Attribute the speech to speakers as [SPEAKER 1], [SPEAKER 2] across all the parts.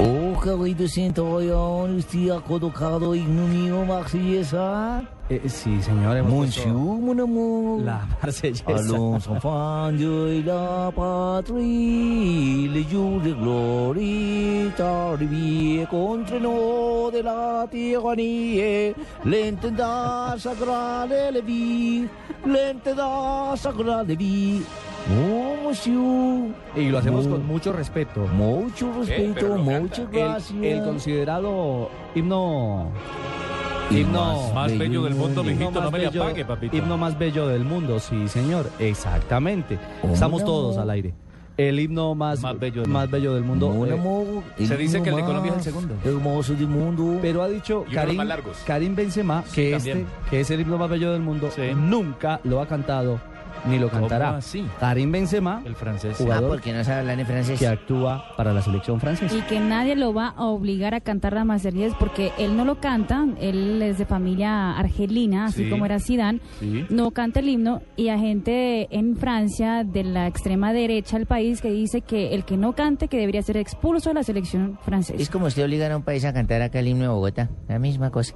[SPEAKER 1] おかがいとせんとよ、にしてやことかどいぬみをまくしえさ。
[SPEAKER 2] Eh, sí, señor. hemos puesto
[SPEAKER 1] しゅうもなも。
[SPEAKER 2] La
[SPEAKER 1] A
[SPEAKER 2] marsellesa.
[SPEAKER 1] los infantes y la patria, le de glorita, revie contra no de la tiranía, le intenta sacrar el vi, le intenta sacrar el vi. Oh, monsieur.
[SPEAKER 2] Y lo hacemos
[SPEAKER 1] Mu-
[SPEAKER 2] con mucho respeto.
[SPEAKER 1] Mucho respeto, muchas gracias.
[SPEAKER 2] El, el considerado himno.
[SPEAKER 1] Y
[SPEAKER 2] Himno
[SPEAKER 3] Más bello del mundo,
[SPEAKER 1] del
[SPEAKER 3] mijito,
[SPEAKER 2] himno
[SPEAKER 3] no
[SPEAKER 2] más
[SPEAKER 3] me le
[SPEAKER 2] bello-
[SPEAKER 3] apague, papito.
[SPEAKER 2] Himno más bello del mundo, sí, señor. Exactamente.
[SPEAKER 1] Hola.
[SPEAKER 2] Estamos todos al aire. El himno más,
[SPEAKER 3] Más bello del
[SPEAKER 2] más bello del mundo.
[SPEAKER 1] Mon
[SPEAKER 2] eh,
[SPEAKER 1] amour,
[SPEAKER 3] se dice
[SPEAKER 1] himno
[SPEAKER 3] que el de Colombia es el
[SPEAKER 1] más
[SPEAKER 3] segundo.
[SPEAKER 1] Hermoso del mundo.
[SPEAKER 2] Pero ha dicho
[SPEAKER 3] los
[SPEAKER 2] Karim,
[SPEAKER 3] más largos.
[SPEAKER 2] Karim Benzema que este,
[SPEAKER 3] también.
[SPEAKER 2] que es el himno más bello del mundo,
[SPEAKER 3] Sí.
[SPEAKER 2] nunca lo ha cantado ni lo
[SPEAKER 3] ¿Cómo
[SPEAKER 2] cantará.
[SPEAKER 3] así?
[SPEAKER 2] Karim Benzema,
[SPEAKER 3] El francés.
[SPEAKER 1] Ah,
[SPEAKER 2] jugador
[SPEAKER 1] porque no sabe hablar en francés.
[SPEAKER 2] que actúa para la selección francesa.
[SPEAKER 4] Y que nadie lo va a obligar a cantar la Marsellesa porque él no lo canta, él es de familia argelina, así
[SPEAKER 3] Sí.
[SPEAKER 4] como era Zidane,
[SPEAKER 3] Sí.
[SPEAKER 4] no canta el himno y hay gente en Francia de la extrema derecha del país que dice que el que no cante que debería ser expulso de la selección
[SPEAKER 5] Es
[SPEAKER 4] francesa.
[SPEAKER 5] como usted obligar a un país a cantar acá el himno de Bogotá, la misma cosa.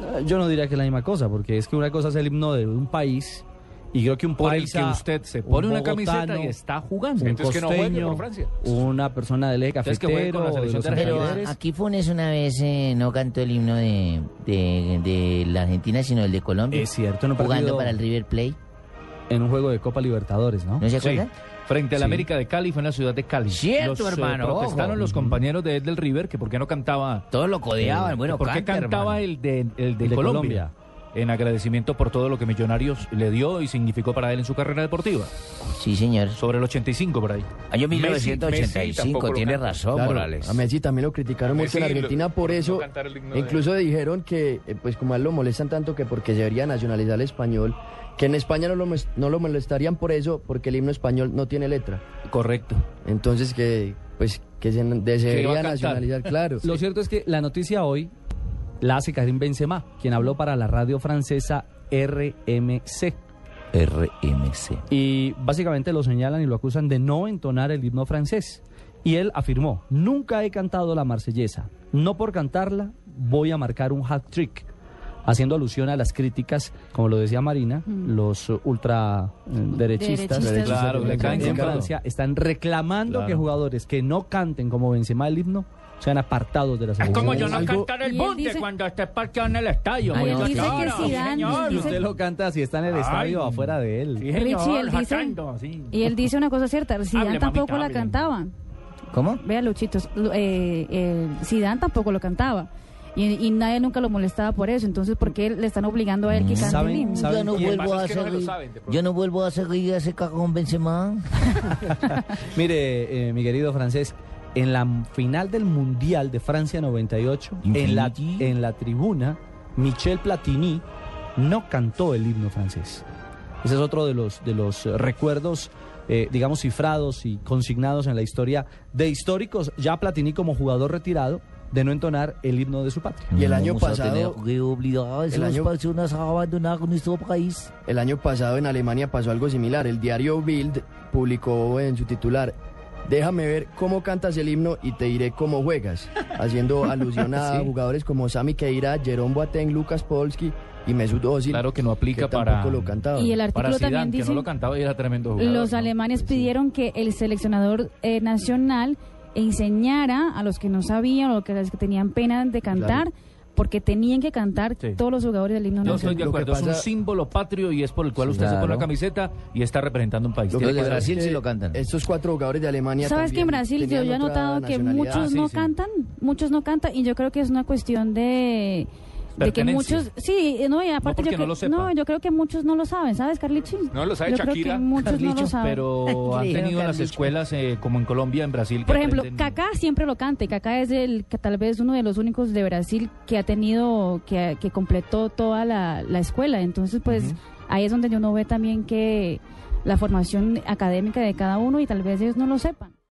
[SPEAKER 2] Eh, Yo no diría que es la misma cosa, porque es que una cosa es el himno de un país y creo que un
[SPEAKER 3] Por el
[SPEAKER 2] país
[SPEAKER 3] que
[SPEAKER 2] a-
[SPEAKER 3] usted se
[SPEAKER 2] un
[SPEAKER 3] pone una
[SPEAKER 2] bogotano,
[SPEAKER 3] camiseta y está jugando.
[SPEAKER 2] un
[SPEAKER 3] Entonces, que no juegue
[SPEAKER 2] costeño,
[SPEAKER 3] por Francia.
[SPEAKER 2] una persona del eje
[SPEAKER 3] Entonces, que juegue
[SPEAKER 2] cafetero,
[SPEAKER 3] con la
[SPEAKER 2] de
[SPEAKER 3] selección
[SPEAKER 2] los
[SPEAKER 3] de Argentina.
[SPEAKER 5] Pero a-
[SPEAKER 2] alrededores.
[SPEAKER 5] aquí Funes una vez eh, no cantó el himno de, de- de la Argentina, sino el de Colombia,
[SPEAKER 2] es cierto, en un,
[SPEAKER 5] jugando
[SPEAKER 2] partido-
[SPEAKER 5] para el River Plate.
[SPEAKER 2] en un juego de Copa Libertadores, ¿no?
[SPEAKER 5] ¿No se
[SPEAKER 3] Sí,
[SPEAKER 5] acuerdan?
[SPEAKER 3] Frente a la
[SPEAKER 2] Sí.
[SPEAKER 3] América de Cali, fue en la ciudad de Cali.
[SPEAKER 5] Cierto,
[SPEAKER 3] Los, eh,
[SPEAKER 5] hermano,
[SPEAKER 3] Protestaron
[SPEAKER 5] ojo.
[SPEAKER 3] los compañeros de él del River que por qué no cantaba. eh,
[SPEAKER 5] Todos lo codeaban, bueno,
[SPEAKER 3] ¿Por qué
[SPEAKER 5] canta,
[SPEAKER 3] cantaba
[SPEAKER 5] hermano.
[SPEAKER 3] el de, el de
[SPEAKER 2] El de
[SPEAKER 3] Colombia?
[SPEAKER 2] Colombia.
[SPEAKER 3] En agradecimiento por todo lo que Millonarios le dio y significó para él en su carrera deportiva.
[SPEAKER 5] Sí, señor.
[SPEAKER 3] Sobre el 85 por ahí.
[SPEAKER 5] Año
[SPEAKER 3] Messi- 1985,
[SPEAKER 5] 1985,
[SPEAKER 3] Messi
[SPEAKER 5] tiene
[SPEAKER 3] tampoco lo
[SPEAKER 5] razón,
[SPEAKER 6] Claro,
[SPEAKER 5] Morales.
[SPEAKER 6] A Messi también lo criticaron mucho en Argentina, por eso incluso dijeron que, eh, pues como a él lo molestan tanto, que porque se debería nacionalizar el español, que en España no lo, mes- no lo molestarían por eso, porque el himno español no tiene letra.
[SPEAKER 3] Correcto.
[SPEAKER 6] Entonces que, pues, que se, de- se
[SPEAKER 3] Que iba
[SPEAKER 6] debería
[SPEAKER 3] a cantar.
[SPEAKER 6] nacionalizar, claro.
[SPEAKER 2] Lo cierto es que la noticia hoy la hace Karim Benzema, quien habló para la radio francesa RMC.
[SPEAKER 5] RMC.
[SPEAKER 2] Y básicamente lo señalan y lo acusan de no entonar el himno francés. Y él afirmó, nunca he cantado la marsellesa. No por cantarla voy a marcar un hat trick. Haciendo alusión a las críticas, como lo decía Marina,
[SPEAKER 4] Mm.
[SPEAKER 2] los eh, ultraderechistas
[SPEAKER 4] Derechistas.
[SPEAKER 3] Claro, le caen
[SPEAKER 2] en
[SPEAKER 3] comprado.
[SPEAKER 2] Francia están reclamando
[SPEAKER 3] Claro.
[SPEAKER 2] que jugadores que no canten como Benzema el himno sean apartados de la selección.
[SPEAKER 6] como yo no Algo-
[SPEAKER 3] cantar
[SPEAKER 4] el Y él bunde dice-
[SPEAKER 3] cuando esté parqueado en el estadio. pues,
[SPEAKER 4] Y él dice que Zidane, dice-
[SPEAKER 2] Usted lo canta si está en el
[SPEAKER 3] Ay.
[SPEAKER 2] estadio afuera de él.
[SPEAKER 4] Richie, él dice- y él dice una cosa cierta, Zidane
[SPEAKER 3] mamita,
[SPEAKER 4] tampoco la
[SPEAKER 3] hable.
[SPEAKER 4] cantaba.
[SPEAKER 5] ¿Cómo?
[SPEAKER 4] Vea, Luchitos, lo- eh, eh, Zidane tampoco lo cantaba. Y, y nadie nunca lo molestaba por eso. Entonces, ¿por qué le están obligando a él que
[SPEAKER 3] Mm.
[SPEAKER 4] cante
[SPEAKER 2] ¿Saben-
[SPEAKER 4] el himno?
[SPEAKER 2] saben
[SPEAKER 5] Yo no
[SPEAKER 2] quién?
[SPEAKER 5] vuelvo
[SPEAKER 3] Pasa
[SPEAKER 5] a
[SPEAKER 3] es que no se lo
[SPEAKER 5] hacer
[SPEAKER 3] saben, de pronto.
[SPEAKER 5] Yo no vuelvo a hacer reír a ese cagón Benzema.
[SPEAKER 2] Mire, eh, mi querido francés, en la m- final del Mundial de Francia 98, en la,
[SPEAKER 5] Infinity.
[SPEAKER 2] en la tribuna, Michel Platini no cantó el himno francés. Ese es otro de los, de los eh, recuerdos, eh, digamos, cifrados y consignados en la historia de históricos, ya Platini como jugador retirado, de no entonar el himno de su patria.
[SPEAKER 6] Y el año
[SPEAKER 5] Vamos a tener
[SPEAKER 6] pasado-
[SPEAKER 5] que obligar a esas
[SPEAKER 6] año-
[SPEAKER 5] personas a abandonar nuestro país.
[SPEAKER 6] El año pasado en Alemania pasó algo similar. El diario Bild publicó en su titular, déjame ver cómo cantas el himno y te diré cómo juegas, haciendo alusión a jugadores como Sami Keira, Jerome Boateng, Lucas Polski y Mesut Özil.
[SPEAKER 3] Claro que no aplica
[SPEAKER 6] que
[SPEAKER 3] para-
[SPEAKER 6] tampoco lo cantaban.
[SPEAKER 4] Y el
[SPEAKER 3] Para
[SPEAKER 4] artículo
[SPEAKER 3] Zidane,
[SPEAKER 4] también
[SPEAKER 3] que
[SPEAKER 4] dice...
[SPEAKER 3] no lo cantaba y era tremendo jugador.
[SPEAKER 4] Los
[SPEAKER 3] ¿no?
[SPEAKER 4] alemanes pidieron que el seleccionador eh, nacional enseñara a los que no sabían o que- a los que tenían pena de cantar porque tenían que cantar todos los jugadores del himno
[SPEAKER 3] Yo
[SPEAKER 4] nacional.
[SPEAKER 3] estoy de acuerdo, es un símbolo patrio y es por el cual usted se pone la
[SPEAKER 6] claro.
[SPEAKER 3] camiseta y está representando un país.
[SPEAKER 6] Lo
[SPEAKER 3] Tiene
[SPEAKER 6] que
[SPEAKER 3] que
[SPEAKER 6] pasa
[SPEAKER 3] saber.
[SPEAKER 6] es que Estos cuatro jugadores de Alemania.
[SPEAKER 4] ¿Sabes que
[SPEAKER 6] también
[SPEAKER 4] en Brasil yo
[SPEAKER 6] tenían
[SPEAKER 4] ya he
[SPEAKER 6] otra
[SPEAKER 4] notado que
[SPEAKER 6] nacionalidad.
[SPEAKER 4] muchos
[SPEAKER 7] Ah,
[SPEAKER 4] no cantan, muchos no cantan y yo creo que es una cuestión de de que
[SPEAKER 7] Pertenencia.
[SPEAKER 4] muchos sí no y aparte
[SPEAKER 7] porque
[SPEAKER 4] yo
[SPEAKER 7] no
[SPEAKER 4] creo,
[SPEAKER 7] lo sepa.
[SPEAKER 4] yo creo que muchos no lo saben sabes Carlichi
[SPEAKER 7] No lo sabe
[SPEAKER 4] yo creo
[SPEAKER 7] Shakira.
[SPEAKER 4] que muchos no lo saben
[SPEAKER 7] Pero han tenido en las escuelas, eh, como en Colombia, en Brasil. que
[SPEAKER 4] por ejemplo
[SPEAKER 7] aprenden-
[SPEAKER 4] Kaká siempre lo canta y Kaká es el que tal vez uno de los únicos de Brasil que ha tenido que, que completó toda la, la escuela entonces pues ahí es donde uno ve también que la formación académica de cada uno y tal vez ellos no lo sepan